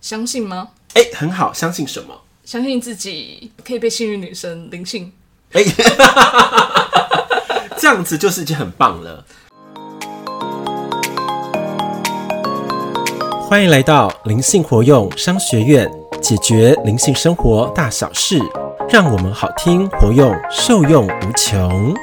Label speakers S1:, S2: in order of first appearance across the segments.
S1: 相信吗？
S2: 哎、很好，相信什么？
S1: 相信自己可以被幸运女神灵性。
S2: 哎、 这样子就是已经很棒了。欢迎来到灵性活用商学院，解决灵性生活大小事，让我们好听活用，受用无穷。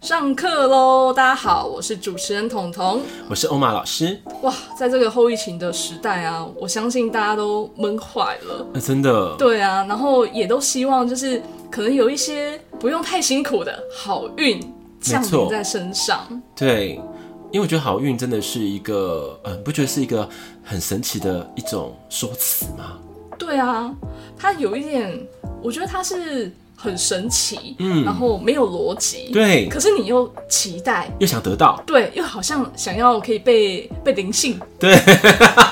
S1: 上课喽！大家好，我是主持人彤彤。
S2: 我是欧玛老师，
S1: 哇，在这个后疫情的时代啊，我相信大家都闷坏了。
S2: 呃、真的，
S1: 对啊，然后也都希望就是可能有一些不用太辛苦的好运降临
S2: 错
S1: 在身上。
S2: 对，因为我觉得好运真的是一个，嗯、你不觉得是一个很神奇的一种说辞吗？
S1: 对啊，它有一点，我觉得它是很神奇，嗯，然后没有逻辑，，
S2: 对，
S1: 可是你又期待，
S2: 又想得到，
S1: 对，又好像想要可以被被灵性，
S2: 对，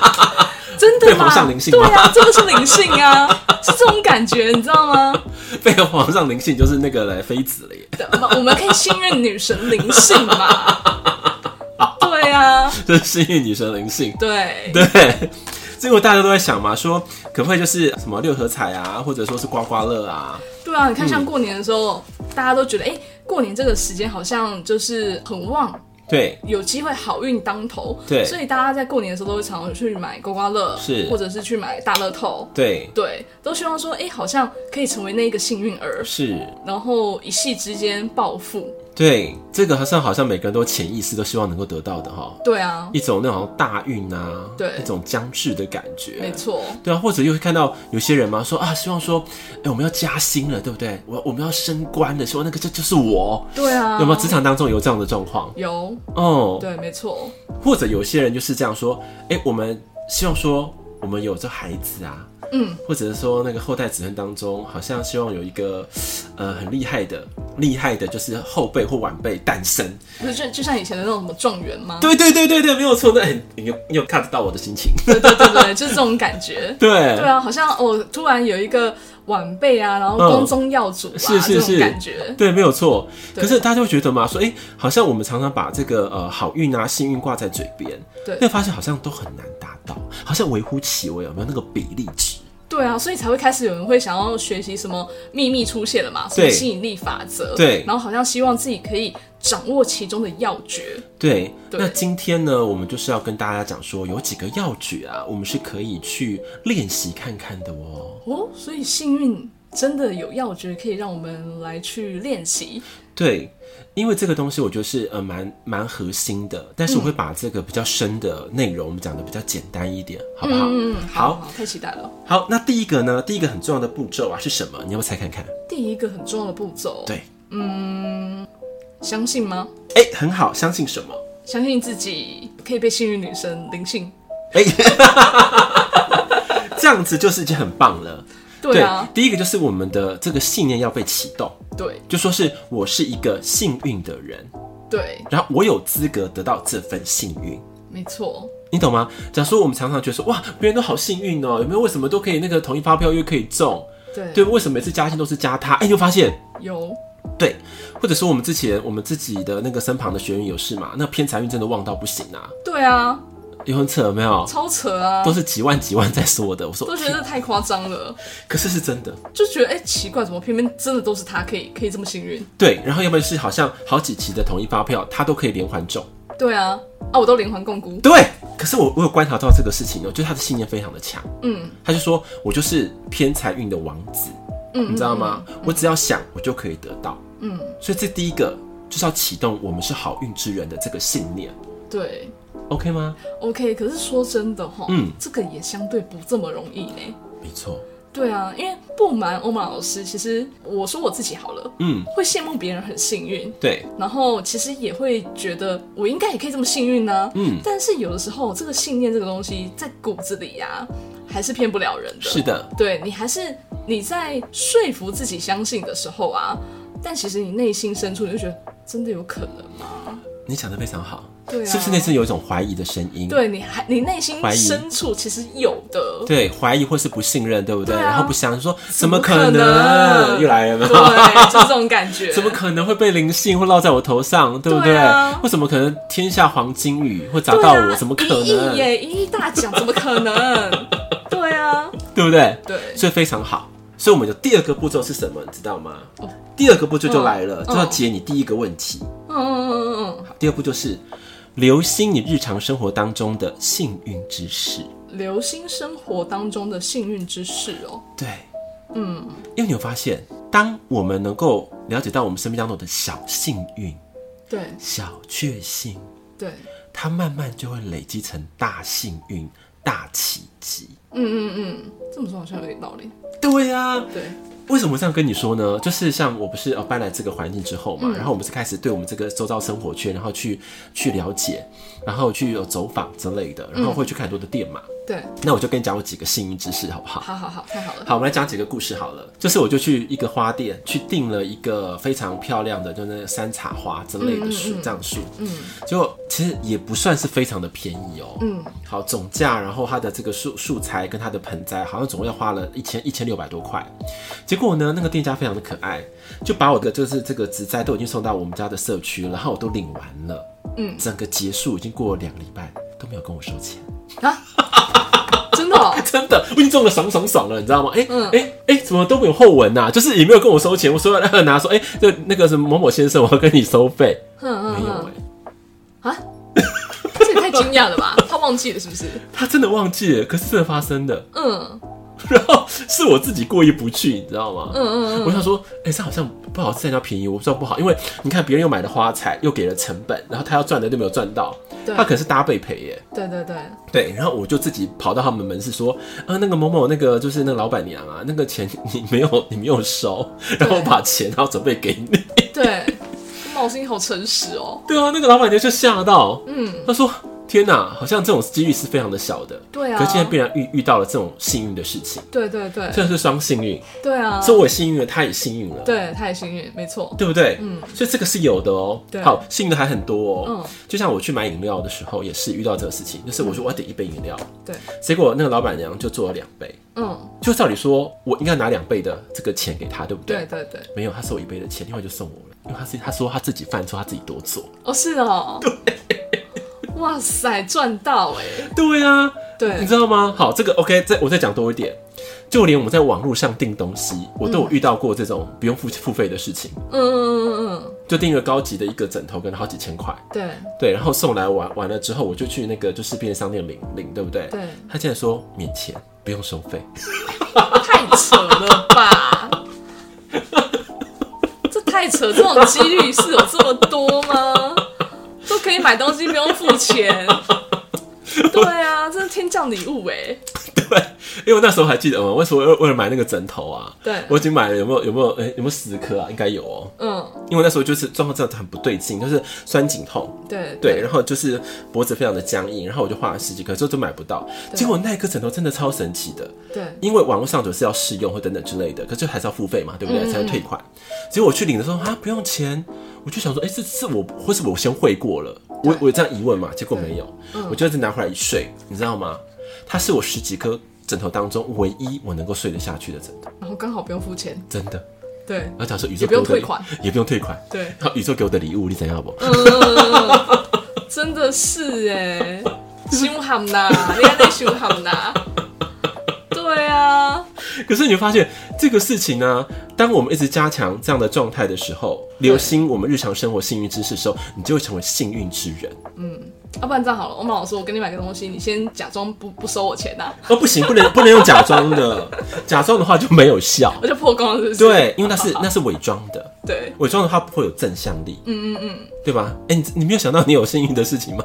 S1: 真的
S2: 被
S1: 啦，
S2: 皇上灵性
S1: 对
S2: 吗
S1: 啊，真的是灵性啊， 是这种感觉，你知道吗？
S2: 被皇上灵性就是那个嘞妃子了耶，
S1: 对我们我们可以信任女神灵性嘛？ 对啊，
S2: 就是幸运女神灵性，
S1: 对，
S2: 对。结果大家都在想嘛，说可不可以就是什么六合彩啊，或者说是刮刮乐啊，
S1: 对啊，你看像过年的时候，大家都觉得，哎、过年这个时间好像就是很旺，
S2: 对，
S1: 有机会好运当头，
S2: 对
S1: 所以大家在过年的时候都会常常去买刮刮乐，
S2: 是
S1: 或者是去买大乐透，
S2: 对，
S1: 对，都希望说，哎、好像可以成为那个幸运儿，
S2: 是，
S1: 然后一夕之间暴富，
S2: 对，这个好像好像每个人都潜意识都希望能够得到的哈，
S1: 对啊，
S2: 一种那种大运啊，
S1: 对
S2: 一种将至的感觉，
S1: 没错，
S2: 对啊，或者又会看到有些人嘛，说啊，希望说，哎、我们要加薪了，对不对？我我们要升官了，希望那个这就是我，
S1: 对啊，
S2: 有没有？职场当中有这样的状况？
S1: 有，
S2: 哦，
S1: 对，没错，
S2: 或者有些人就是这样说，哎、我们希望说，我们有这孩子啊，
S1: 嗯，
S2: 或者是说那个后代子孙当中，好像希望有一个，呃，很厉害的，厉害的，就是后辈或晚辈诞生。
S1: 不是就就像以前的那种什么状元吗？
S2: 对对对对对，没有错，那很你有你有看得到我的心情，
S1: 对对对对，就是这种感觉。
S2: 对
S1: 对啊，好像我、哦、突然有一个晚辈啊，然后
S2: 嗯
S1: 光宗耀祖啊，
S2: 是是
S1: 这种
S2: 是
S1: 感觉。
S2: 对，没有错。
S1: 对
S2: 可是大家就会觉得嘛，说哎、诶好像我们常常把这个呃好运啊、幸运挂在嘴边，
S1: 对
S2: 但发现好像都很难达到，好像微乎其微，有没有那个比例值？
S1: 对啊，所以才会开始有人会想要学习什么秘密出现了嘛，什么
S2: 对
S1: 吸引力法则，
S2: 对
S1: 然后好像希望自己可以掌握其中的要诀，
S2: 对，
S1: 对
S2: 那今天呢，我们就是要跟大家讲说，有几个要诀啊，我们是可以去练习看看的哦。
S1: 哦，所以幸运真的有要诀可以让我们来去练习。
S2: 对，因为这个东西我觉得是呃蛮蛮核心的，但
S1: 嗯
S2: 是我会把这个比较深的内容，我们讲的比较简单一点，好不好？
S1: 嗯，
S2: 好
S1: 好，太期待了。
S2: 好，那第一个呢，第一个很重要的步骤啊是什么？你要不要猜看看？
S1: 第一个很重要的步骤，
S2: 对，
S1: 相信吗？
S2: 哎、很好，相信什么？
S1: 相信自己可以被幸运女神灵性。
S2: 哎、这样子就是已经很棒了。
S1: 对啊，
S2: 第一个就是我们的这个信念要被启动，
S1: 对
S2: 就说是我是一个幸运的人，
S1: 对，
S2: 然后我有资格得到这份幸运。
S1: 没错，
S2: 你懂吗？假如说我们常常觉得说，哇，别人都好幸运哦，有没有？为什么都可以那个同一发票又可以中？
S1: 对
S2: 对，为什么每次加薪都是加他？哎、你有发现？
S1: 有
S2: 对，或者说我们之前我们自己的那个身旁的学员有事嘛？那偏财运真的旺到不行啊，
S1: 对啊，
S2: 有很扯有没有？
S1: 超扯啊
S2: 都，是几万几万在说的。我说
S1: 都觉得太夸张了，
S2: 可是是真的，
S1: 就觉得哎、奇怪，怎么偏偏真的都是他可以可以这么幸运？
S2: 对。然后要不然是好像好几期的统一发票，他都可以连环中，
S1: 对啊，啊，我都连环共估，
S2: 对。可是我我有观察到这个事情哦，就是他的信念非常的强，
S1: 嗯，
S2: 他就说我就是偏财运的王子，
S1: 嗯
S2: 你知道吗？我只要想，我就可以得到，
S1: 嗯，
S2: 所以这第一个就是要启动我们是好运之人的这个信念
S1: 嗯对
S2: ，OK 吗？
S1: ，OK。可是说真的哈，
S2: 嗯
S1: 这个也相对不这么容易呢。
S2: 没错，
S1: 对啊，因为不瞒欧玛老师，其实我说我自己好了，
S2: 嗯，
S1: 会羡慕别人很幸运，
S2: 对，
S1: 然后其实也会觉得我应该也可以这么幸运呢、
S2: 嗯，
S1: 但是有的时候，这个信念这个东西在骨子里呀、还是骗不了人的。
S2: 是的，
S1: 对你还是你在说服自己相信的时候啊，但其实你内心深处你就觉得真的有可能吗？
S2: 你讲的非常好，
S1: 对啊，
S2: 是不是那次有一种怀疑的声音？
S1: 对你还你内心
S2: 怀疑
S1: 深处其实有的，
S2: 对，怀疑或是不信任，对不对？
S1: 对啊
S2: 然后不相信，说怎
S1: 怎
S2: 么
S1: 么
S2: 可
S1: 可能
S2: 又来了吗？
S1: 对，就是这种感觉。
S2: 怎么可能会被灵性或落在我头上，对不对？
S1: 对啊
S2: 为什么可能天下黄金雨会砸
S1: 对
S2: 到
S1: 啊，
S2: 我？怎么可
S1: 一亿
S2: 能？
S1: 耶，一亿大奖，怎么可能？对啊，
S2: 对不对？
S1: 对，
S2: 所以非常好。所以我们的第二个步骤是什么？你知道吗
S1: 哦？
S2: 第二个步骤就来了，
S1: 嗯
S2: 就要解你第一个问题。
S1: 嗯嗯嗯嗯
S2: 好，第二步就是留心你日常生活当中的幸运之事。
S1: 嗯，流星生活当中的幸运之事哦，
S2: 对，嗯，因为你有发现，当我们能够了解到我们生命当中的小幸运、
S1: 对
S2: 小确幸，
S1: 对，
S2: 它慢慢就会累积成大幸运、大奇迹。
S1: 嗯嗯嗯，这么说好像有点道理，
S2: 对啊呀、
S1: 对，
S2: 为什么这样跟你说呢？就是像我不是呃搬来这个环境之后嘛，然后我们是开始对我们这个周遭生活圈，然后去去了解，然后去有走访之类的，然后会去看很多的店嘛。
S1: 对，
S2: 那我就跟你讲我几个幸运之事，好不好？
S1: 好好好，太好了，
S2: 好，我们来讲几个故事好了。就是我就去一个花店，去订了一个非常漂亮的，就那个山茶花之类的树，这样树。嗯，结果其实也不算是非常的便宜哦。
S1: 嗯，
S2: 好，总价，然后它的这个树树材跟它的盆栽，好像总共要花了一千一千六百多块。结果呢，那个店家非常的可爱，就把我的就是这个植栽都已经送到我们家的社区了，然后我都领完了。
S1: 嗯，
S2: 整个结束已经过了两个礼拜，都没有跟我收钱。
S1: 啊 真的哦，
S2: 真的，我已经中了爽爽爽了，你知道吗？哎、
S1: 嗯
S2: 哎哎，怎么都没有后文呐、就是也没有跟我收钱，我说呃拿说，哎、就那个什么某某先生，我要跟你收费，
S1: 嗯
S2: 没
S1: 嗯
S2: 有哎、
S1: 嗯，这也太惊讶了 吧？他忘记了是不是？
S2: 他真的忘记了，可是真的发生的，
S1: 嗯
S2: 然后是我自己过意不去，你知道吗？
S1: 嗯嗯嗯，
S2: 我想说，哎、这好像不好，占人家便宜，我不知道不好，因为你看别人又买了花材，又给了成本，然后他要赚的都没有赚到，
S1: 对
S2: 他可是搭倍赔耶、
S1: 对对对，
S2: 对，然后我就自己跑到他们门市说，啊，那个某某那个就是那个老板娘啊，那个钱你没有你没有收，然后我把钱然后准备给你。
S1: 对，茂星好诚实哦。
S2: 对啊，那个老板娘就吓到，
S1: 嗯，
S2: 她说天哪，好像这种几率是非常的小的。
S1: 对啊
S2: 可是现在必然遇遇到了这种幸运的事情，
S1: 对对对
S2: 这是双幸运，
S1: 对啊，
S2: 是我也幸运了，他也幸运了。
S1: 对，太幸运，没错。
S2: 对不对？
S1: 嗯，
S2: 所以这个是有的哦、
S1: 对
S2: 好，幸运的还很多哦、
S1: 嗯
S2: 就像我去买饮料的时候，也是遇到这个事情，就是我说我要点一杯饮料，
S1: 对，
S2: 结果那个老板娘就做了两杯，
S1: 嗯，
S2: 就照理说，我应该拿两倍的这个钱给他，对不对？
S1: 对对对，
S2: 没有，他收我一倍的钱，另外就送我了，因为他是他说他自己犯错，他自己多做。
S1: 哦是哦，哇塞，赚到哎、
S2: 对啊，
S1: 对
S2: 你知道吗？好，这个 OK，再我再讲多一点，就连我们在网络上订东西，我都有遇到过这种不用付付费的事情，
S1: 嗯嗯嗯嗯，
S2: 就订一个高级的一个枕头，可能好几千块，
S1: 对
S2: 对，然后送来完完了之后，我就去那个就是便利商店领领，对不对？
S1: 对，
S2: 他竟然说免钱，不用收费。
S1: 太扯了吧？ 这太扯，这种几率是有这么多吗？都可以买东西不用付钱？对啊，这是天降礼物哎、
S2: 对，因为我那时候还记得，嗯，为什么为为了买那个枕头啊？
S1: 对
S2: 我已经买了，有没有有没有诶、有没有十颗啊？应该有哦、
S1: 嗯，
S2: 因为那时候就是状况真的很不对劲，就是酸颈痛，
S1: 对
S2: 对，然后就是脖子非常的僵硬，然后我就花了十几颗，之后都买不到。
S1: 对
S2: 结果那一颗枕头真的超神奇的，
S1: 对
S2: 因为网络上总是要试用或等等之类的，可是还是要付费嘛，对不对？
S1: 嗯嗯
S2: 才能退款。结果我去领的时候啊，不用钱，我就想说，哎、这是我或是我先汇过了，我
S1: 对嗯
S2: 我有这样疑问嘛？结果没有，我就一直拿回来一睡，你知道吗？它是我十几颗枕头当中唯一我能够睡得下去的枕头，
S1: 然后刚好不用付钱，
S2: 真的。
S1: 对
S2: 然后假设宇宙
S1: 也不用
S2: 给我的
S1: 退款，
S2: 也不用退款。
S1: 对，
S2: 然后宇宙给我的礼物，你想要不？
S1: 真的是哎、凶悍呐，你看那凶悍呐，对啊，
S2: 可是你会发现这个事情呢、当我们一直加强这样的状态的时候，留心我们日常生活幸运知识的时候，你就会成为幸运之人。
S1: 要、不然这样好了，欧曼老师，我给你买个东西，你先假装不不收我钱啊呐、
S2: 哦，不行，不能不能用假装的， 假装的话就没有效。
S1: 我就破功了，是不是？
S2: 对，因为那是那是伪装的，
S1: 对，
S2: 伪装的话不会有正向力。嗯嗯嗯，对吧？哎、你你没有想到你有幸运的事情吗？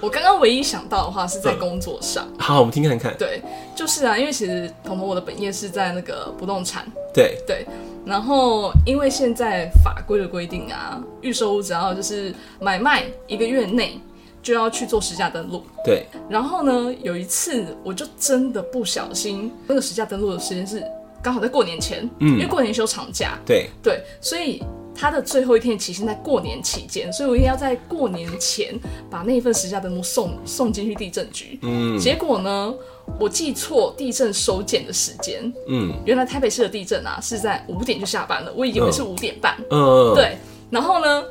S1: 我刚刚唯一想到的话是在工作上，
S2: 好，我们听看看。
S1: 对，就是啊，因为其实彤彤我的本业是在那个不动产，
S2: 对
S1: 对，然后因为现在法规的规定啊，预售屋只要就是买卖一个月内就要去做实价登录，
S2: 对
S1: 然后呢，有一次我就真的不小心，那个实价登录的时间是刚好在过年前，因为过年休长假，
S2: 对
S1: 对，所以它的最后一天的期限在过年期间，所以我一定要在过年前把那份实价登录送送进去地震局。
S2: 嗯
S1: 结果呢，我记错地震收件的时间，
S2: 嗯
S1: 原来台北市的地震啊是在五点就下班了，我以为是五点半。
S2: 嗯，，
S1: 对，然后呢，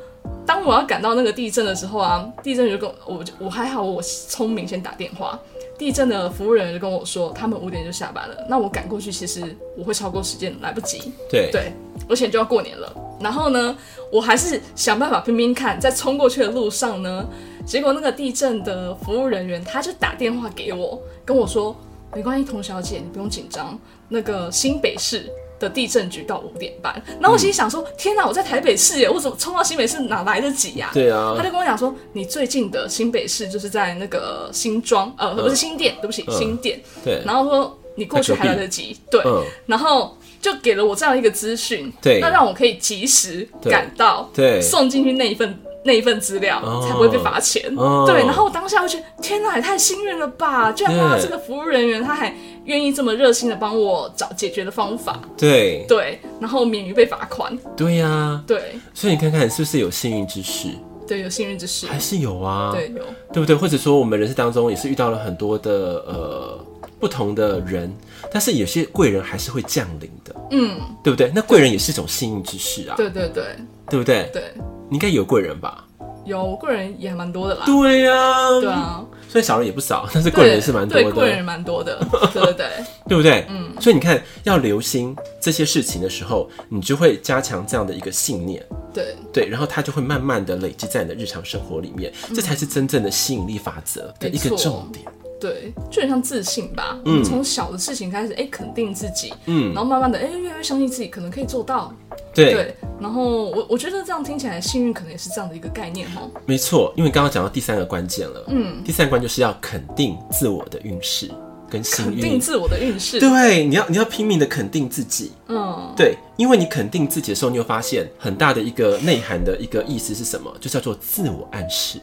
S1: 当我要赶到那个地震的时候啊，地震就跟我我就我还好，我聪明先打电话。地震的服务人员就跟我说，他们五点就下班了。那我赶过去，其实我会超过时间，来不及。
S2: 对
S1: 对，而且就要过年了。然后呢，我还是想办法拼拼看，在冲过去的路上呢，结果那个地震的服务人员他就打电话给我，跟我说：“没关系，童小姐，你不用紧张，那个新北市。”的地震局到五点半，然后我心里想说：“天哪，我在台北市耶，我怎么冲到新北市哪来得及呀、
S2: 对啊
S1: 他，就跟我讲说，你最近的新北市就是在那个新庄，呃，不是新店，对不起，
S2: 嗯
S1: 新店。
S2: 对，
S1: 然后说你过去还来得及，对，
S2: 嗯
S1: 然后就给了我这样一个资讯，
S2: 对
S1: 那让我可以及时赶到，
S2: 对对
S1: 送进去那一份那一份资料，
S2: 哦
S1: 才不会被罚钱，
S2: 哦
S1: 对。然后我当下我觉得，天哪，也太幸运了吧！居然碰到
S2: 对
S1: 这个服务人员，他还愿意这么热心的帮我找解决的方法，
S2: 对
S1: 对，然后免于被罚款，
S2: 对呀，
S1: 对，
S2: 所以你看看是不是有幸运之事，
S1: 对，有幸运之事，
S2: 还是有啊，
S1: 对，有，
S2: 对不对？或者说我们人生当中也是遇到了很多的呃不同的人，但是有些贵人还是会降临的，
S1: 嗯，
S2: 对不对？那贵人也是一种幸运之事啊，
S1: 对对对
S2: 对不对？
S1: 对，
S2: 你应该有贵人吧？
S1: 有，我个人也还蛮多的啦，
S2: 啊对呀，
S1: 对，啊，
S2: 虽然小人也不少，但是
S1: 对
S2: 贵人也是蛮多的，
S1: 对，贵人也蛮多的，对对对，
S2: 对不对？嗯，所以你看，要留心这些事情的时候，你就会加强这样的一个信念，
S1: 对。
S2: 对，然后它就会慢慢的累积在你的日常生活里面，这才是真正的吸引力法则的一个
S1: 没错
S2: 重点。
S1: 对，就很像自信吧。嗯，从小的事情开始，哎、肯定自己，
S2: 嗯
S1: 然，后慢慢的，哎、越来越相信自己，可能可以做到。
S2: 对，
S1: 然后我我觉得这样听起来，幸运可能也是这样的一个概念哦。
S2: 没错，因为刚刚讲到第三个关键了，嗯，第三个关键就是要肯定自我的运势跟幸
S1: 肯定
S2: 运。
S1: 自我的运势，
S2: 对，你要你要拼命的肯定自己，
S1: 嗯，
S2: 对，因为你肯定自己的时候，你会发现很大的一个内涵的一个意思是什么？就叫做自我暗示。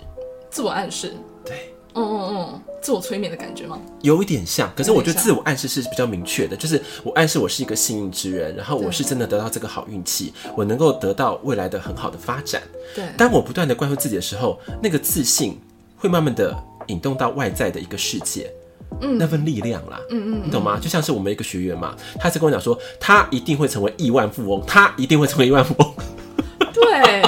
S1: 自我暗示，
S2: 对，
S1: 嗯嗯嗯，自我催眠的感觉吗？
S2: 有一点像，可是我觉
S1: 有点
S2: 得
S1: 像
S2: 自我暗示是比较明确的，就是我暗示我是一个幸运之人，然后我是真的得到这个好运气，我能够得到未来的很好的发展。
S1: 对，
S2: 当我不断的灌输自己的时候，那个自信会慢慢的引动到外在的一个世界。嗯，那份力量啦，嗯嗯，你懂吗？就像是我们一个学员嘛，他是跟我讲说，他一定会成为亿万富翁，他一定会成为亿万富翁。
S1: 对，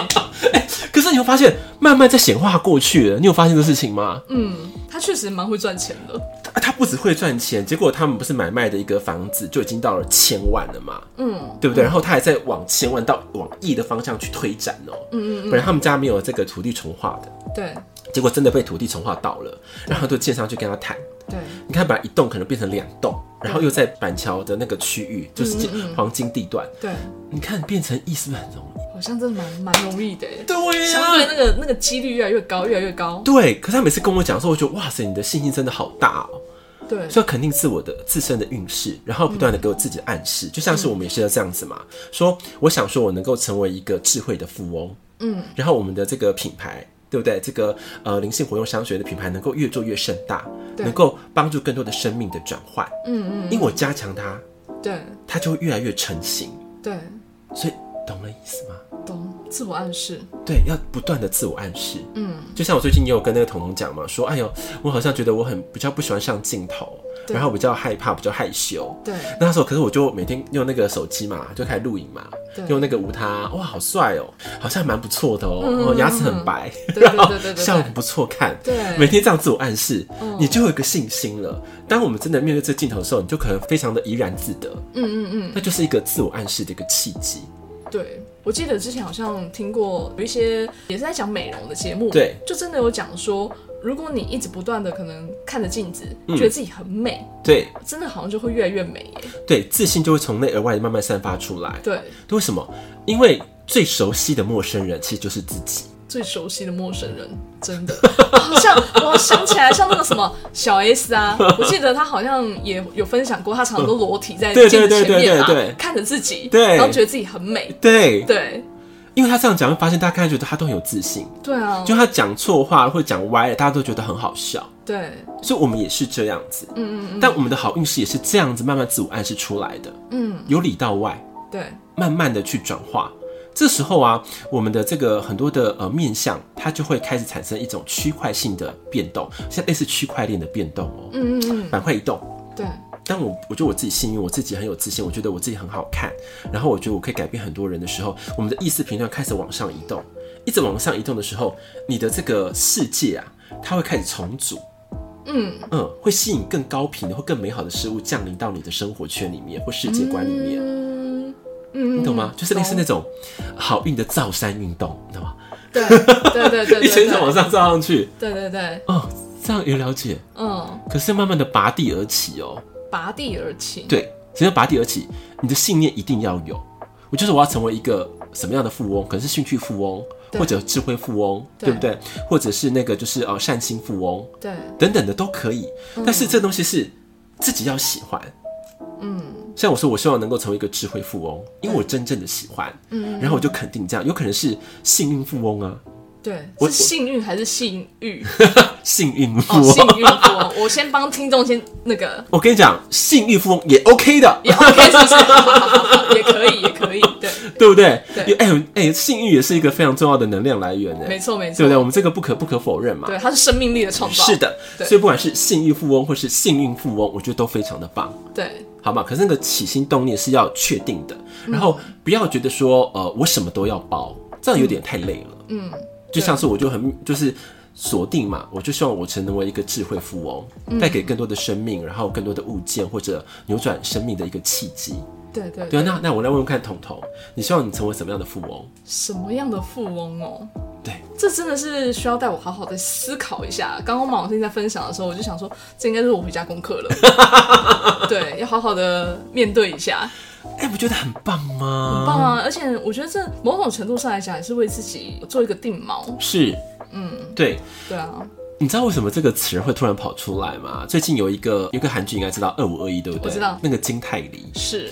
S2: 可是你会发现，慢慢在显化过去了。你有发现这事情吗？
S1: 嗯，他确实蛮会赚钱的，
S2: 他他不只会赚钱，结果他们不是买卖的一个房子就已经到了千万了嘛，
S1: 嗯，
S2: 对不对？然后他还在往千万到往亿的方向去推展哦、嗯嗯本来他们家没有这个土地重划的，
S1: 对
S2: 结果真的被土地重划到了，然后就建商去跟他谈。
S1: 对
S2: 你看，本来一栋可能变成两栋，然后又在板桥的那个区域，就是黄金地段。
S1: 对，
S2: 你看变成亿是不是很容易？
S1: 好像真的蛮蛮容易的耶，
S2: 对啊
S1: 相对那啊个那个几率越来越高，越来越高，
S2: 对。可是他每次跟我讲的时候，我觉得哇塞，你的信心真的好大哦、
S1: 对
S2: 所以要肯定自我的自身的运势，然后不断的给我自己的暗示，就像是我们也是要这样子嘛，说我想说我能够成为一个智慧的富翁，嗯，然后我们的这个品牌。对不对？这个呃灵性活用商学的品牌能够越做越盛大，
S1: 对
S2: 能够帮助更多的生命的转换。嗯嗯，因为我加强它，
S1: 对
S2: 它就会越来越成型。
S1: 对，
S2: 所以懂了意思吗？
S1: 懂，自我暗示，
S2: 对，要不断的自我暗示。
S1: 嗯。
S2: 就像我最近也有跟那个彤彤讲嘛，说哎呦，我好像觉得我很比较不喜欢上镜头，
S1: 对
S2: 然后比较害怕，比较害羞。
S1: 对
S2: 那时候，可是我就每天用那个手机嘛，就开始录影嘛
S1: 嗯对，嗯
S2: 用那个舞他，哇，好帅哦，好像蛮不错的哦，哦牙齿很白，
S1: 对对
S2: 然后
S1: 对对对对
S2: 笑容不错看，
S1: 对嗯
S2: 每天这样自我暗示，你就有一个信心了。当我们真的面对这镜头的时候，你就可能非常的怡然自得，嗯嗯嗯，那就是一个自我暗示的一个契机，
S1: 对，我记得之前好像听过有一些也是在讲美容的节目，
S2: 对，
S1: 就真的有讲说，如果你一直不断的可能看着镜子，
S2: 嗯
S1: 觉得自己很美，
S2: 对
S1: 真的好像就会越来越美耶。
S2: 对，自信就会从内而外慢慢散发出来。
S1: 对，
S2: 为什么？因为最熟悉的陌生人其实就是自己。
S1: 最熟悉的陌生人，真的， 好像我想起来像那个什么小 S 啊，我记得她好像也有分享过，她常常都裸体在
S2: 对
S1: 镜
S2: 对
S1: 子
S2: 对
S1: 前面嘛
S2: 对对对，
S1: 看着自己，
S2: 对
S1: 然后觉得自己很美，
S2: 对，
S1: 对，
S2: 因为他这样讲，会发现大家看觉得他都很有自信。
S1: 对啊，
S2: 就他讲错话或者讲歪了，大家都觉得很好笑。
S1: 对，
S2: 所以我们也是这样子，嗯嗯嗯。但我们的好运势也是这样子慢慢自我暗示出来的，
S1: 嗯，
S2: 由里到外，
S1: 对，
S2: 慢慢的去转化。这时候啊，我们的这个很多的呃面向，它就会开始产生一种区块性的变动，像类似区块链的变动哦、
S1: 嗯嗯
S2: 板块移动。
S1: 嗯，对，
S2: 但我我觉得我自己幸运，我自己很有自信，我觉得我自己很好看，然后我觉得我可以改变很多人的时候，我们的意识频段开始往上移动，一直往上移动的时候，你的这个世界啊，它会开始重组，
S1: 嗯
S2: 嗯，会吸引更高频的或更美好的事物降临到你的生活圈里面或世界观里面，
S1: 嗯嗯，
S2: 你懂吗？就是类似那
S1: 种，
S2: 种好运的造山运动，你知道吗？
S1: 对对 对对，
S2: 一层一
S1: 对
S2: 层往，上造上去，
S1: 对对对，
S2: 哦，这样有了解，
S1: 嗯，
S2: 可是慢慢的拔地而起哦、
S1: 拔地而起，
S2: 对，只要拔地而起，你的信念一定要有。我就是我要成为一个什么样的富翁，可能是兴趣富翁，
S1: 对
S2: 或者智慧富翁，
S1: 对
S2: 对不对？或者是那个就是呃善心富翁
S1: 对，
S2: 等等的都可以。但是这东西是自己要喜欢。
S1: 嗯
S2: 像我说，我希望能够成为一个智慧富翁，因为我真正的喜欢，
S1: 嗯，
S2: 然后我就肯定这样，有可能是幸运富翁啊，
S1: 对，
S2: 我
S1: 是幸运还是性 欲？
S2: 幸运富
S1: 哦，
S2: 翁。
S1: 幸运多，我先帮听众先那个
S2: 我跟你讲，幸运富翁也 OK 的，
S1: 也 OK，是不 是？好好好好也可以，也可以，对，
S2: 对不对？
S1: 对
S2: 哎哎、幸运也是一个非常重要的能量来源欸呢，
S1: 没错没
S2: 对
S1: 错
S2: 不，对？我们这个不可不可否认嘛。
S1: 对，它是生命力的创造，
S2: 是，的，
S1: 对
S2: 所以不管是幸运富翁或是幸运富翁，我觉得都非常的棒，
S1: 对，
S2: 好吗？可是那个起心动念是要确定的，然后不要觉得说，呃，我什么都要包，这样有点太累了。
S1: 嗯，
S2: 就像是我就很就是锁定嘛，我就希望我成为一个智慧富翁，带给更多的生命，然后更多的物件或者扭转生命的一个契机。
S1: 对对
S2: 对啊，那那我来问问看，彤彤，你希望你成为什么样的富翁？
S1: 什么样的富翁哦？
S2: 对，
S1: 这真的是需要带我好好的思考一下。刚刚马老师在分享的时候，我就想说，这应该是我回家功课了。 对，要好好的面对一下，
S2: 哎、不觉得很棒吗？
S1: 很棒啊！而且我觉得这某种程度上来讲，也是为自己做一个定锚。
S2: 是，嗯，对，
S1: 对啊，
S2: 你知道为什么这个词会突然跑出来吗？最近有一个有一个韩剧，应该知道《二五二一》，对不对？
S1: 我知道
S2: 那个金泰梨，
S1: 是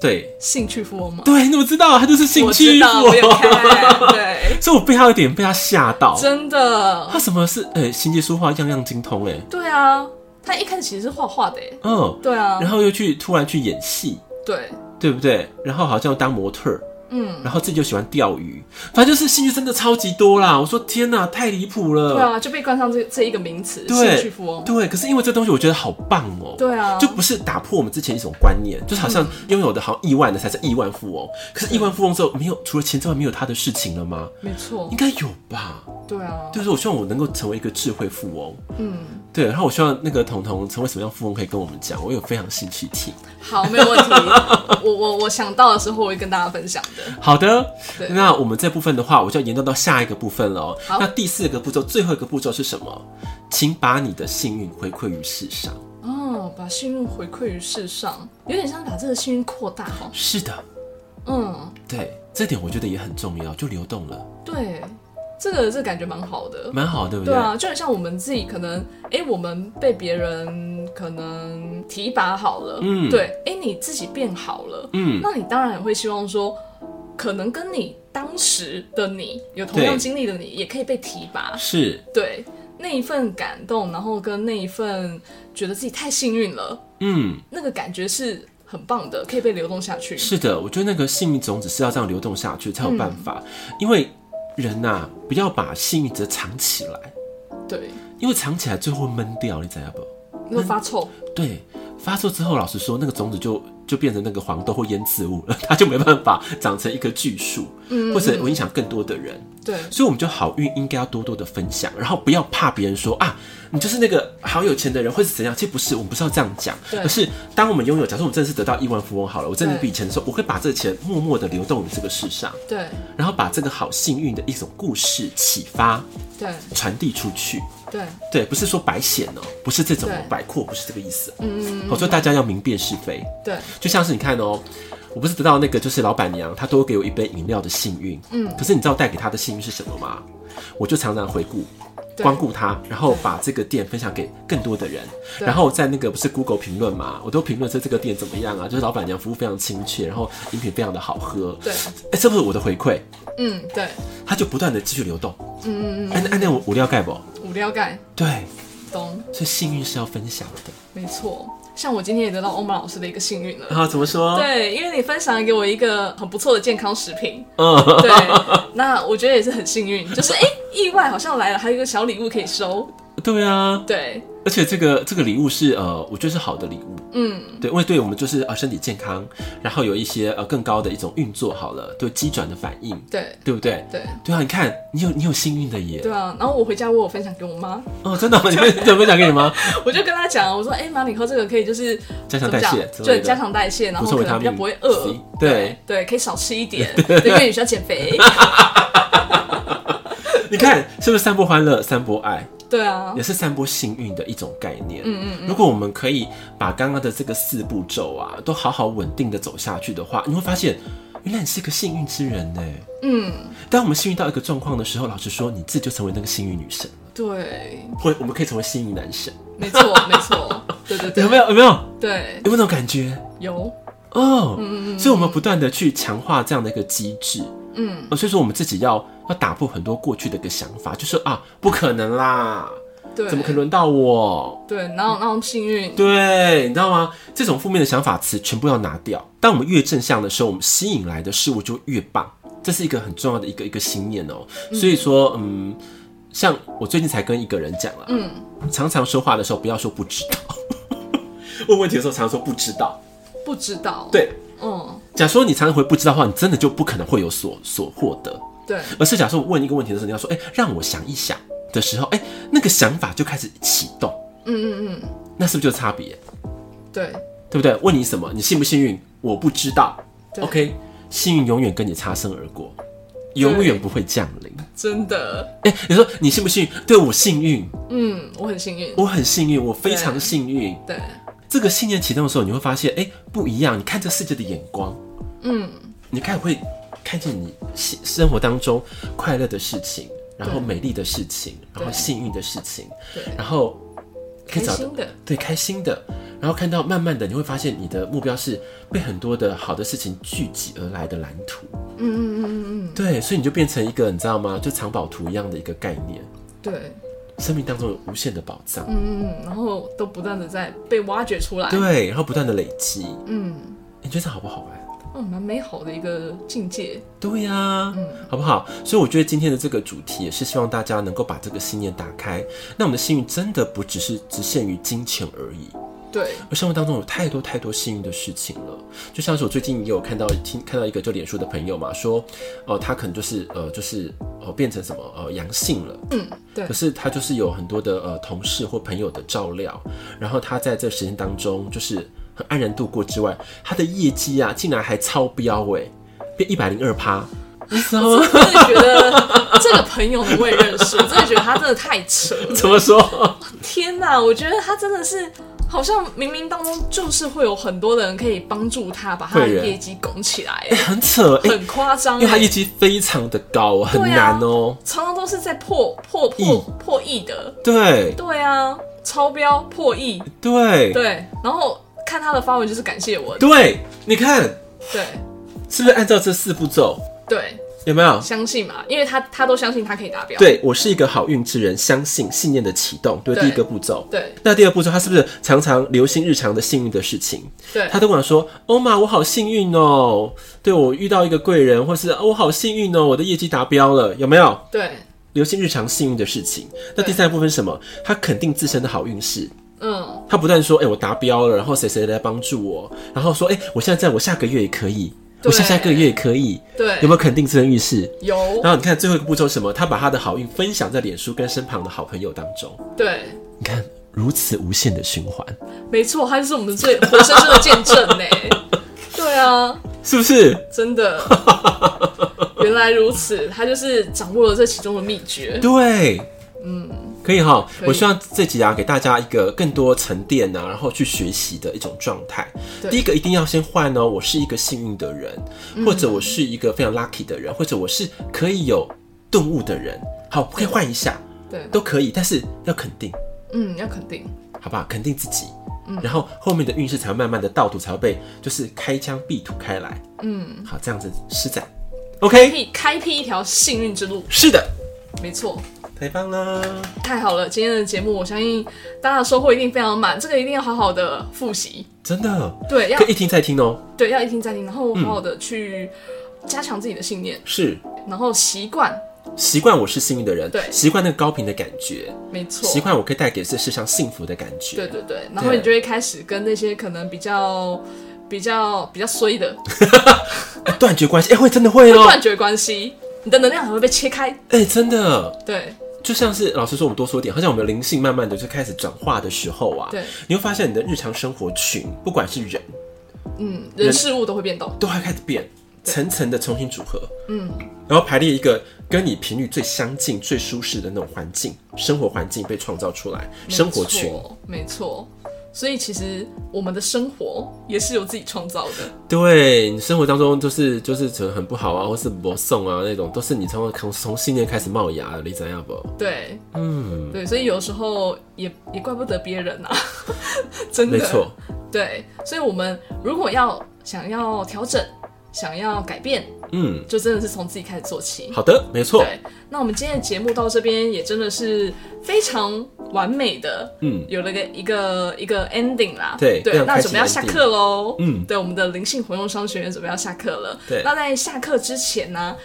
S2: 对
S1: 兴趣富翁吗？
S2: 对，你怎么知道？他就是兴
S1: 我知
S2: 趣富
S1: 道，我有
S2: 翁，
S1: 看，对，
S2: 所以我被他有点被他吓到。
S1: 真的
S2: 他，什么是呃琴棋书画样样精通哎，
S1: 对啊，他一开始其实是画画的耶，
S2: 嗯，
S1: 对啊，
S2: 然后又去突然去演戏，
S1: 对，
S2: 对不对？然后好像要当模特儿，
S1: 嗯，
S2: 然后自己又喜欢钓鱼，反正就是兴趣真的超级多啦。我说天哪，太离谱了。
S1: 对啊，就被冠上这这一个名词，兴
S2: 对
S1: 趣富翁，
S2: 对，可是因为这东西我觉得好棒哦、
S1: 对啊嗯
S2: 就不是打破我们之前一种观念，就是好像拥有的好像亿万的才是亿万富翁，可是亿万富翁之后没有除了钱之外没有他的事情了吗？
S1: 没错
S2: 应，该有吧？
S1: 对啊，
S2: 就是我希望我能够成为一个智慧富翁，
S1: 嗯，
S2: 对，然后我希望那个彤彤成为什么样富翁可以跟我们讲，我有非常兴趣听。
S1: 好，没有问题。我我我想到的时候，我会跟大家分享的。
S2: 好的
S1: 对，
S2: 那我们这部分的话，我就要延伸到下一个部分了哦。
S1: 好
S2: 那第四个步骤，最后一个步骤是什么？请把你的幸运回馈于世上。
S1: 哦，把幸运回馈于世上，有点像把这个幸运扩大哈。
S2: 是的，
S1: 嗯，
S2: 对，这点我觉得也很重要，就流动了。
S1: 对，这个这个感觉蛮好的。
S2: 蛮好，对不
S1: 对啊，就很像我们自己可能，哎、我们被别人可能提拔好了，
S2: 嗯
S1: 对，哎、你自己变好了，
S2: 嗯，
S1: 那你当然也会希望说，可能跟你当时的你有同样
S2: 对
S1: 经历的你，也可以被提拔，
S2: 是，
S1: 对那一份感动，然后跟那一份觉得自己太幸运了，
S2: 嗯，
S1: 那个感觉是很棒的，可以被流动下去。
S2: 是的。我觉得那个幸运种子是要这样流动下去才有办法，因为人呐、不要把幸运则藏起来，
S1: 对，
S2: 因为藏起来最后会闷掉，你知道不？
S1: 那个发臭，
S2: 对，发作之后，老实说，那个种子就就变成那个黄豆或腌渍物了，它就没办法长成一棵巨树，或者影响更多的人。
S1: 对
S2: 所以我们就好运应该要多多的分享，然后不要怕别人说啊，你就是那个好有钱的人，或是怎样。其实不是，我们不是要这样讲，
S1: 对
S2: 而是当我们拥有，假设我们真的是得到亿万富翁好了，我真的
S1: 对
S2: 比以前的时候，我会把这个钱默默的流动于这个世上，
S1: 对
S2: 然后把这个好幸运的一种故事启发
S1: 对
S2: 传递出去。
S1: 对，
S2: 对，不是说白显哦、不是这种
S1: 对
S2: 摆阔，不是这个意思。哦
S1: 嗯
S2: 我说大家要明辨是非，
S1: 对
S2: 就像是你看哦、我不是得到那个就是老板娘她多给我一杯饮料的幸运，嗯，可是你知道带给她的幸运是什么吗？我就常常回顾。
S1: 对
S2: 光顾她，然后把这个店分享给更多的人，
S1: 对
S2: 然后在那个不是 Google 评论嘛，我都评论说这个店怎么样啊，就是老板娘服务非常亲切，然后饮品非常的好喝，
S1: 对
S2: 哎，这不是我的回馈，
S1: 嗯对，
S2: 它就不断的继续流动，嗯嗯嗯，按按那我我料盖不？
S1: 五料盖
S2: 对，
S1: 懂，
S2: 所以幸运是要分享的，
S1: 没错。像我今天也得到欧玛老师的一个幸运了。
S2: 啊，怎么说？
S1: 对，因为你分享给我一个很不错的健康食品，
S2: 嗯，
S1: 对，那我觉得也是很幸运，就是哎、意外好像来了，还有一个小礼物可以收，
S2: 对啊，
S1: 对，
S2: 而且这个这个礼物是呃，我觉得是好的礼物，
S1: 嗯，
S2: 对，因为对我们就是呃身体健康，然后有一些呃更高的一种运作好了，对机转的反应，
S1: 对，
S2: 对不对？
S1: 对，
S2: 对啊，你看你有你有幸运的耶，
S1: 对啊。然后我回家我有分享给我妈，
S2: 哦，真的吗，你们怎么讲给你吗？
S1: 我就跟她讲，我说，哎、妈，你喝这个可以就是
S2: 加强
S1: 怎
S2: 代
S1: 么讲
S2: 谢，之类
S1: 对，
S2: 的
S1: 加强代谢，然
S2: 补
S1: 后
S2: 充
S1: 可
S2: 维他
S1: 能比较
S2: 命
S1: 不会饿
S2: C，，对
S1: 对，可以少吃一点，对，因为你需要减肥，
S2: 你看是不是散播欢乐，散播爱，
S1: 对啊
S2: 也，是散播幸运的一种概念。嗯嗯如果我们可以把刚刚的这个四步骤啊，都好好稳定的走下去的话，你会发现，原来你是个幸运之人呢。
S1: 嗯，
S2: 当我们幸运到一个状况的时候，老实说，你自己就成为那个幸运女神，
S1: 对，
S2: 或我们可以成为幸运男神，
S1: 没 错，没错，对对对，
S2: 有没有？有没有？有
S1: 对，
S2: 没有那种感觉？
S1: 有，
S2: 哦，所以我们不断的去强化这样的一个机制，
S1: 嗯，
S2: 呃所以说我们自己要要打破很多过去的一个想法，就是啊，不可能啦，
S1: 对，
S2: 怎么可能轮到我？
S1: 对，哪有那种幸运？
S2: 对，你知道吗？这种负面的想法词全部要拿掉。当我们越正向的时候，我们吸引来的事物就越棒。这是一个很重要的一个一个信念哦。所以说，嗯，像我最近才跟一个人讲了，嗯，常常说话的时候不要说不知道， 问问题的时候常说不知道。
S1: 不知道，，
S2: 对，
S1: 嗯，
S2: 假说你常常回不知道的话，你真的就不可能会有所所获得。
S1: 对，
S2: 而是假设我问一个问题的时候，你要说，哎、让我想一想的时候，哎、那个想法就开始启动，
S1: 嗯嗯嗯，
S2: 那是不是就是差别？
S1: 对，
S2: 对不对？问你什么？你幸不幸运？我不知道。
S1: 对
S2: OK，幸运永远跟你擦身而过，永远不会降临。
S1: 真的，
S2: 哎、你说你幸不幸运？对我幸运，
S1: 嗯，我很幸运，
S2: 我很幸运，我非常
S1: 对
S2: 幸运。
S1: 对，
S2: 这个信念启动的时候，你会发现，哎、不一样。你看这世界的眼光，
S1: 嗯，
S2: 你看会看见你生生活当中快乐的事情，然后
S1: 对
S2: 美丽的事情，然后
S1: 对
S2: 幸运的事情，
S1: 对，
S2: 然后可
S1: 开
S2: 以找到
S1: 心的，
S2: 对，开心的。然后看到慢慢的，你会发现你的目标是被很多的好的事情聚集而来的蓝图。
S1: 嗯嗯嗯嗯嗯，
S2: 对，所以你就变成一个你知道吗？就藏宝图一样的一个概念。
S1: 对，
S2: 生命当中有无限的宝藏，
S1: 嗯嗯，然后都不断的在被挖掘出来，
S2: 对，然后不断的累积。
S1: 嗯，
S2: 你觉得这好不好啊
S1: 嗯，
S2: 玩？
S1: 蛮美好的一个境界，
S2: 对呀、
S1: 嗯
S2: 好不好？所以我觉得今天的这个主题也是希望大家能够把这个信念打开。那我们的幸运真的不只是只限于金钱而已，
S1: 对，
S2: 而生活当中有太多太多幸运的事情了，就像是我最近也有看到听看到一个就脸书的朋友嘛，说，哦、他可能就是呃就是呃变成什么呃阳性了，
S1: 嗯，对
S2: 可，是他就是有很多的呃同事或朋友的照料，然后他在这时间当中就是很安然度过之外，他的业绩啊竟然还超标哎、变一百零二趴，你知道吗？
S1: 我真的觉得这个朋友我也认识，我真的觉得他真的太扯 了。
S2: 怎么说？
S1: 天呐，我觉得他真的是，好像冥冥当中就是会有很多的人可以帮助他把他的
S2: 会员
S1: 业绩拱起来，
S2: 很扯哎、
S1: 很夸张、
S2: 因为他业
S1: 欸。
S2: 绩非常的高，很
S1: 对啊
S2: 难哦、
S1: 常常都是在破破破破亿的，
S2: 对
S1: 对啊，超标破亿，
S2: 对
S1: 对。然后看他的发文就是感谢我，
S2: 对，你看。
S1: 对
S2: 是不是按照这四步骤？
S1: 对，
S2: 有没有？
S1: 相信嘛，因为他他都相信他可以达标，
S2: 对我是一个好运之人，相信信念的启动，对
S1: 对
S2: 第一个步骤。
S1: 对
S2: 那第二步骤，他是不是常常流行日常的幸运的事情？
S1: 对
S2: 他都跟我说：“欧玛，我好幸运哦，对我遇到一个贵人，或是哦我好幸运哦，我的业绩达标了，有没有？”
S1: 对，
S2: 流行日常幸运的事情。那第三部分是什么？他肯定自身的好运势，
S1: 嗯，
S2: 他不但说：“哎、我达标了，然后谁谁来帮助我，然后说：哎、我现在在我下个月也可以，我
S1: 对
S2: 下下个月也可以。”
S1: 对，
S2: 有没有肯定自身运势？
S1: 有
S2: 然后你看最后一个步骤是什么？他把他的好运分享在脸书跟身旁的好朋友当中。
S1: 对，
S2: 你看，如此无限的循环，
S1: 没错，他就是我们最活生生的见证 呢、对啊，
S2: 是不是？
S1: 真 的，原来如此，他就是掌握了这其中的秘诀。
S2: 对，嗯，可以哈。
S1: 可以
S2: 我希望这集啊，给大家一个更多沉淀啊，然后去学习的一种状态。
S1: 对嗯
S2: 第一个一定要先换哦，我是一个幸运的人，或者我是一个非常 lucky 的人，或者我是可以有顿悟的人。好，可以换一下，
S1: 对，
S2: 都可以，但是要肯定。
S1: 嗯，要肯定，
S2: 好不好？肯定自己，
S1: 嗯
S2: 然后后面的运势才会慢慢的倒吐，才会被就是开疆辟土开来。
S1: 嗯，
S2: 好，这样子施展
S1: 可
S2: ，OK，
S1: 以开辟一条幸运之路。
S2: 是的，
S1: 没错，
S2: 太棒了！
S1: 太好了，今天的节目我相信大家的收获一定非常满，这个一定要好好的复习。
S2: 真的
S1: 对，要
S2: 可以嗯一听再听哦。
S1: 对要一听再听，然后好好的去加强自己的信念，
S2: 是
S1: 然后习惯，
S2: 习惯我是幸运的人，
S1: 对
S2: 习惯那个高频的感觉，
S1: 没错，
S2: 习惯我可以带给这世上幸福的感觉。
S1: 对对对，然后你就会开始跟那些可能比较、比较、比较衰的
S2: 哎断绝关系，哎、会真的会
S1: 会
S2: 哦，
S1: 断绝关系，你的能量还会被切开。
S2: 哎、真的。
S1: 对
S2: 就像是老师说，我们多说一点，好像我们灵性慢慢的就开始转化的时候啊，
S1: 对，
S2: 你会发现你的日常生活群，不管是人，
S1: 嗯，人事物都会变动。
S2: 都会开始变，层层的重新组合，嗯，然后排列一个跟你频率最相近、最舒适的那种环境，生活环境被创造出来，生活群，
S1: 没错，没错。所以其实我们的生活也是由自己创造的。
S2: 对你生活当中就是就是可能很不好啊，或是不送啊那种，都是你从从从信念开始冒芽的，你知道不？
S1: 对，嗯，对，所以有时候也也怪不得别人啊， 真的。
S2: 没错，
S1: 对，所以我们如果要想要调整，想要改变，
S2: 嗯，
S1: 就真的是从自己开始做起。
S2: 好的，没错，
S1: 对，那我们今天的节目到这边也真的是非常完美的，
S2: 嗯，
S1: 有了个一个一个 ending 啦。
S2: 对非
S1: 对，
S2: 常
S1: 那
S2: 开
S1: 准
S2: 心
S1: 备要
S2: 的
S1: 下
S2: ending
S1: 课喽。
S2: 嗯
S1: 对，我们的灵性活用商学院准备要下课了。
S2: 对
S1: 那在下课之前呢，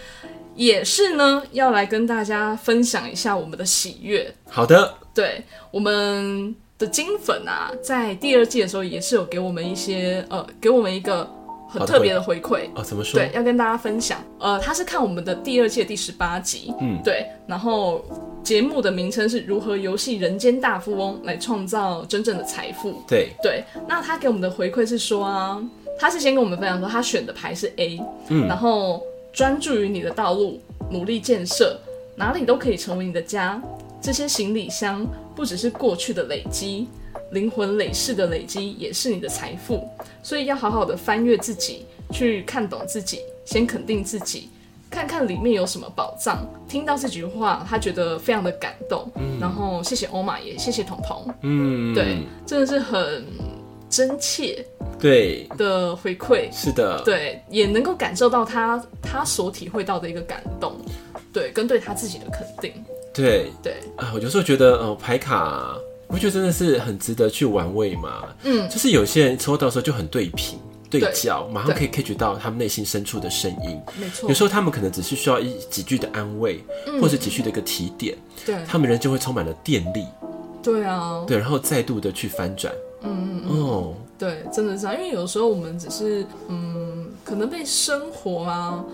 S1: 也是呢要来跟大家分享一下我们的喜悦。
S2: 好的，
S1: 对我们的金粉啊，在第二季的时候也是有给我们一些呃，给我们一个很
S2: 好的
S1: 特别
S2: 回
S1: 的回馈。
S2: 哦，怎么说
S1: 对，？要跟大家分享。呃，他是看我们的第二届第十八集，
S2: 嗯
S1: 对，然后节目的名称是如何游戏人间大富翁来创造真正的财富。
S2: 对，
S1: 对，那他给我们的回馈是说啊，他是先跟我们分享说他选的牌是 A，
S2: 嗯
S1: 然后专注于你的道路，努力建设，哪里都可以成为你的家。这些行李箱不只是过去的累积，灵魂累世的累积也是你的财富，所以要好好的翻阅自己，去看懂自己，先肯定自己。看看里面有什么宝藏。听到这句话，他觉得非常的感动。然后谢谢欧玛，也谢谢彤彤。
S2: 嗯，
S1: 对，真的是很真切
S2: 对，
S1: 的回馈，
S2: 是的，
S1: 对，也能够感受到他他所体会到的一个感动，对，跟对他自己的肯定，
S2: 对，
S1: 对，
S2: 啊，我有时候觉得，呃，牌卡，你不觉得真的是很值得去玩味吗？
S1: 嗯，
S2: 就是有些人抽到的时候就很对频、对
S1: 对
S2: 焦，马上可以 catch 到他们内心深处的声音。
S1: 没错嗯
S2: 有，时候他们可能只是需要一几句的安慰，或者几句的一个提点，
S1: 对，
S2: 他们人就会充满了电力，
S1: 对啊，
S2: 对，然后再度的去翻转。嗯嗯哦，
S1: 对，真的是这啊样，因为有时候我们只是，嗯，可能被生活啊，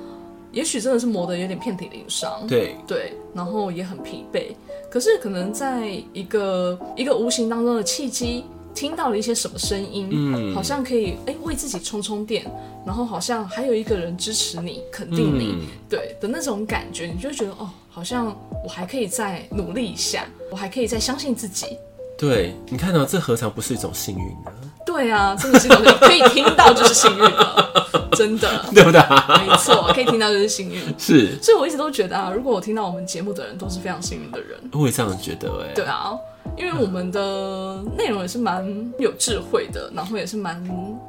S1: 也许真的是磨得有点遍体鳞伤，
S2: 对，
S1: 对，然后也很疲惫。可是可能在一个一个无形当中的契机，听到了一些什么声音，嗯，好像可以哎、诶为自己充充电，然后好像还有一个人支持你、肯定你，
S2: 嗯
S1: 对的那种感觉，你就会觉得哦，好像我还可以再努力一下，我还可以再相信自己。
S2: 对，你看到、这何尝不是一种幸运呢？
S1: 对啊，真的是一种可以听到就是幸运了，真的，
S2: 对不对？
S1: 没错，可以听到就是幸运。
S2: 是，
S1: 所以我一直都觉得啊，如果我听到我们节目的人都是非常幸运的人。
S2: 我也这样觉得哎。
S1: 对啊，因为我们的内容也是蛮有智慧的，然后也是蛮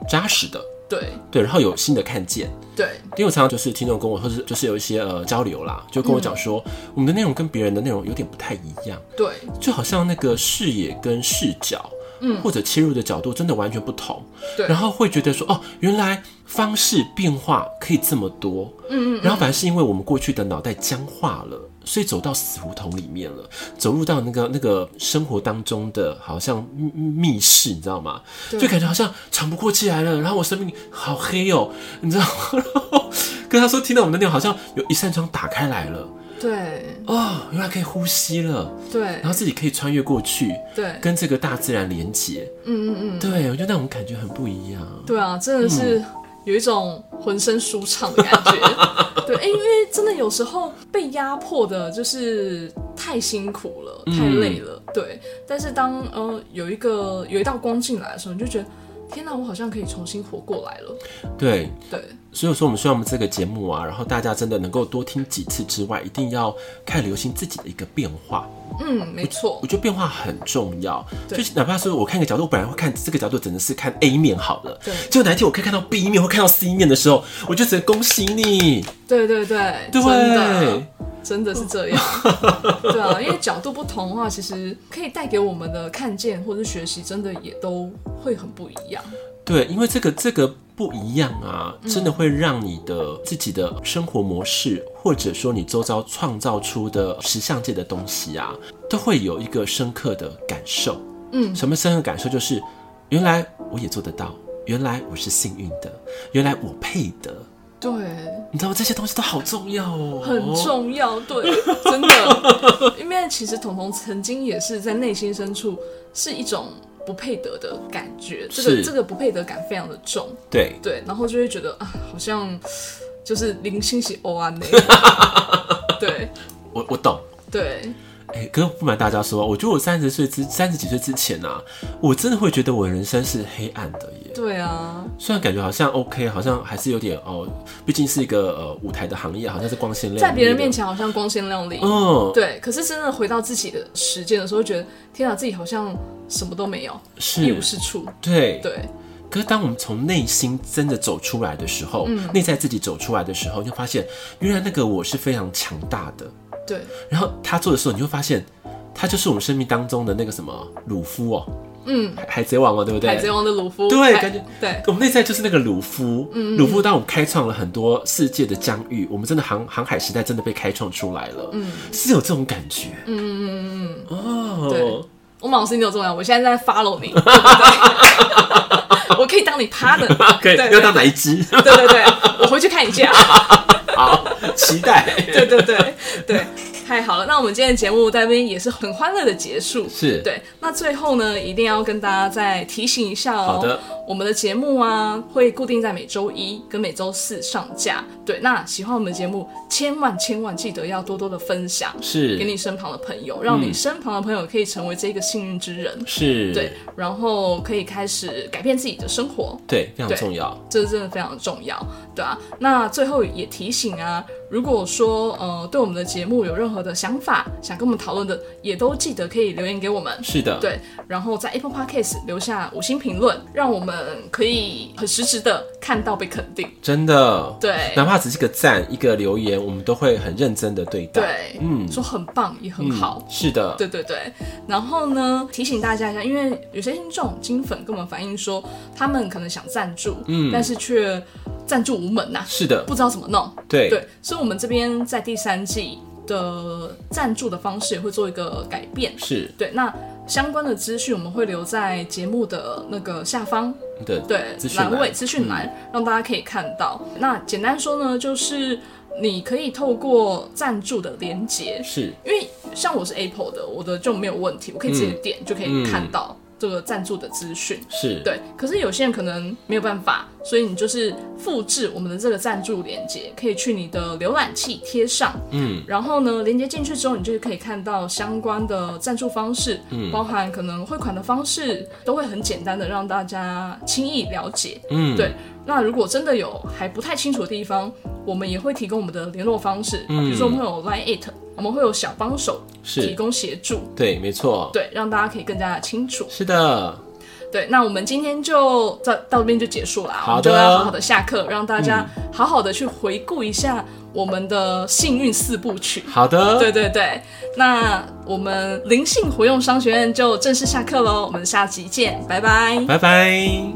S2: 扎实的，
S1: 对
S2: 对，然后有新的看见。
S1: 对
S2: 因为我常常就是听众跟我，或是就是有一些呃交流啦，就跟我讲说，我们的内容跟别人的内容有点不太一样，
S1: 对
S2: 就好像那个视野跟视角，嗯，或者切入的角度真的完全不同，
S1: 对
S2: 然后会觉得说，哦，原来方式变化可以这么多，嗯嗯，然后反而是因为我们过去的脑袋僵化了。所以走到死胡同里面了，走入到那个那个生活当中的好像密密室，你知道吗？
S1: 对
S2: 就感觉好像喘不过气来了，然后我生命好黑哦、你知道吗？ 然后跟他说听到我们的内容，好像有一扇窗打开来了，
S1: 对
S2: 哦，原来可以呼吸了，
S1: 对
S2: 然后自己可以穿越过去，
S1: 对，
S2: 跟这个大自然连接。嗯嗯嗯，对，我觉得那种感觉很不一样。
S1: 对啊，真的是
S2: 嗯
S1: 有一种浑身舒畅的感 觉。对，哎、因为真的有时候被压迫的，就是太辛苦了，太累
S2: 嗯
S1: 了。对，但是当呃有一个有一道光进来的时候，你就觉得天哪，我好像可以重新活过来了。
S2: 对，
S1: 对
S2: 所以说我们希望我们这个节目啊，然后大家真的能够多听几次之外，一定要看留心自己的一个变化。
S1: 嗯，没错
S2: 我，觉得变化很重要，
S1: 对
S2: 就是哪怕说我看一个角度，我本来会看这个角度只能是看 A 面好了，
S1: 对
S2: 结果哪一天我可以看到 B 面或看到 C 面的时候，我就只能恭喜你，
S1: 对对对，
S2: 对
S1: 真的。真的是 这样。对啊，因为角度不同的话，其实可以带给我们的看见或者是学习，真的也都会很不一样。
S2: 对，因为这个这个不一样啊，
S1: 嗯
S2: 真的会让你的自己的生活模式，或者说你周遭创造出的实相界的东西啊，都会有一个深刻的感受。
S1: 嗯
S2: 什么深刻感受？就是原来我也做得到，原来我是幸运的，原来我配的。
S1: 对，
S2: 你知道吗？这些东西都好重要哦，
S1: 很。重要，对， 真的。因为其实彤彤曾经也是在内心深处是一种不配得的感觉，这个
S2: 是
S1: 这个不配得感非常的重。
S2: 对，
S1: 对，然后就会觉得啊，好像就是零星是欧安 呢。对
S2: 我我懂。
S1: 对，
S2: 哎、可是不瞒大家说，我觉得我三十岁之三十几岁之前啊，我真的会觉得我人生是黑暗的耶。
S1: 对啊，
S2: 虽然感觉好像 OK，好像还是有点哦，毕竟是一个呃舞台的行业，好像是光鲜亮丽的。
S1: 在别人面前好像光鲜亮丽，
S2: 嗯，
S1: 对，可是真的回到自己的实践的时候，觉得天啊，自己好像什么都没有，一无
S2: 是，
S1: 是处。
S2: 对。
S1: 对，
S2: 可是当我们从内心真的走出来的时候，
S1: 嗯
S2: 内、在自己走出来的时候，你就发现原来那个我是非常强大的。
S1: 对，
S2: 然后他做的时候，你就发现他就是我们生命当中的那个什么鲁夫哦，
S1: 嗯，
S2: 海海贼王嘛，哦对不对？
S1: 海贼王的鲁夫，
S2: 对
S1: 海
S2: 感觉
S1: 对，
S2: 我们内在就是那个鲁夫，
S1: 嗯
S2: 鲁夫，当我们开创了很多世界的疆域，我们真的航航海时代真的被开创出来了，嗯，是有这种感觉，嗯嗯嗯嗯，
S1: 对
S2: 哦，
S1: 我马老师你有重要，我现在在 follow 你，对不对 我可以当你 partner，
S2: 可
S1: 对
S2: 以，要当哪一只？
S1: 对对对，我回去看一下。
S2: 好，期待，
S1: 对对对对，太好了！那我们今天的节目在这边也是很欢乐的结束。
S2: 是，
S1: 对，那最后呢，一定要跟大家再提醒一下哦。
S2: 好的，
S1: 我们的节目啊，会固定在每周一跟每周四上架。对，那喜欢我们的节目，千万千万记得要多多的分享，
S2: 是，嗯
S1: 给你身旁的朋友，让你身旁的朋友可以成为这个幸运之人。
S2: 是，
S1: 对，然后可以开始改变自己的生活。
S2: 对，非常
S1: 对
S2: 重要，
S1: 这真的非常重要，对啊。那最后也提醒啊，如果说呃对我们的节目有任何的想法，想跟我们讨论的，也都记得可以留言给我们。
S2: 是的，
S1: 对，然后在 Apple Podcast 留下五星评论，让我们可以很实质的看到被肯定。
S2: 真的，
S1: 对
S2: 哪怕只是个赞，一个留言，我们都会很认真的对待，
S1: 对，嗯，说很棒也很
S2: 嗯，
S1: 好。
S2: 是的，
S1: 对对对，然后呢，提醒大家一下，因为有些听众金粉跟我们反映说，他们可能想赞助，嗯，但是却赞助无门呐、啊
S2: 是的，
S1: 不知道怎么弄。
S2: 对，
S1: 对，所以我们这边在第三季的赞助的方式也会做一个改变。
S2: 是
S1: 对，那相关的资讯我们会留在节目的那个下方，
S2: 的，
S1: 对
S2: 资，讯
S1: 栏
S2: 栏
S1: 位资讯栏，让大家可以看到。那简单说呢，就是你可以透过赞助的连接，
S2: 是，
S1: 因为像我是 Apple 的，我的就没有问题，我可以自己点就可以看到这个赞助的资讯。
S2: 是，
S1: 对，可是有些人可能没有办法，所以你就是复制我们的这个赞助链接，可以去你的浏览器贴上，
S2: 嗯，
S1: 然后呢，连接进去之后，你就可以看到相关的赞助方式，嗯，包含可能汇款的方式，都会很简单的让大家轻易了解。
S2: 嗯，
S1: 对，那如果真的有还不太清楚的地方，我们也会提供我们的联络方式，比如说我们会有 Line It，我们会有小帮手提
S2: 嗯是，
S1: 供协助，
S2: 对，没错，
S1: 对，让大家可以更加的清楚。
S2: 是的，
S1: 对，那我们今天就到到这边就结束了啊，我们
S2: 好
S1: 就
S2: 的嗯
S1: 要好好的下课，让大家好好的去回顾一下我们的幸运四部曲。
S2: 好的，
S1: 对对对，那我们灵性活用商学院就正式下课喽，我们下集见，拜拜。
S2: 拜拜。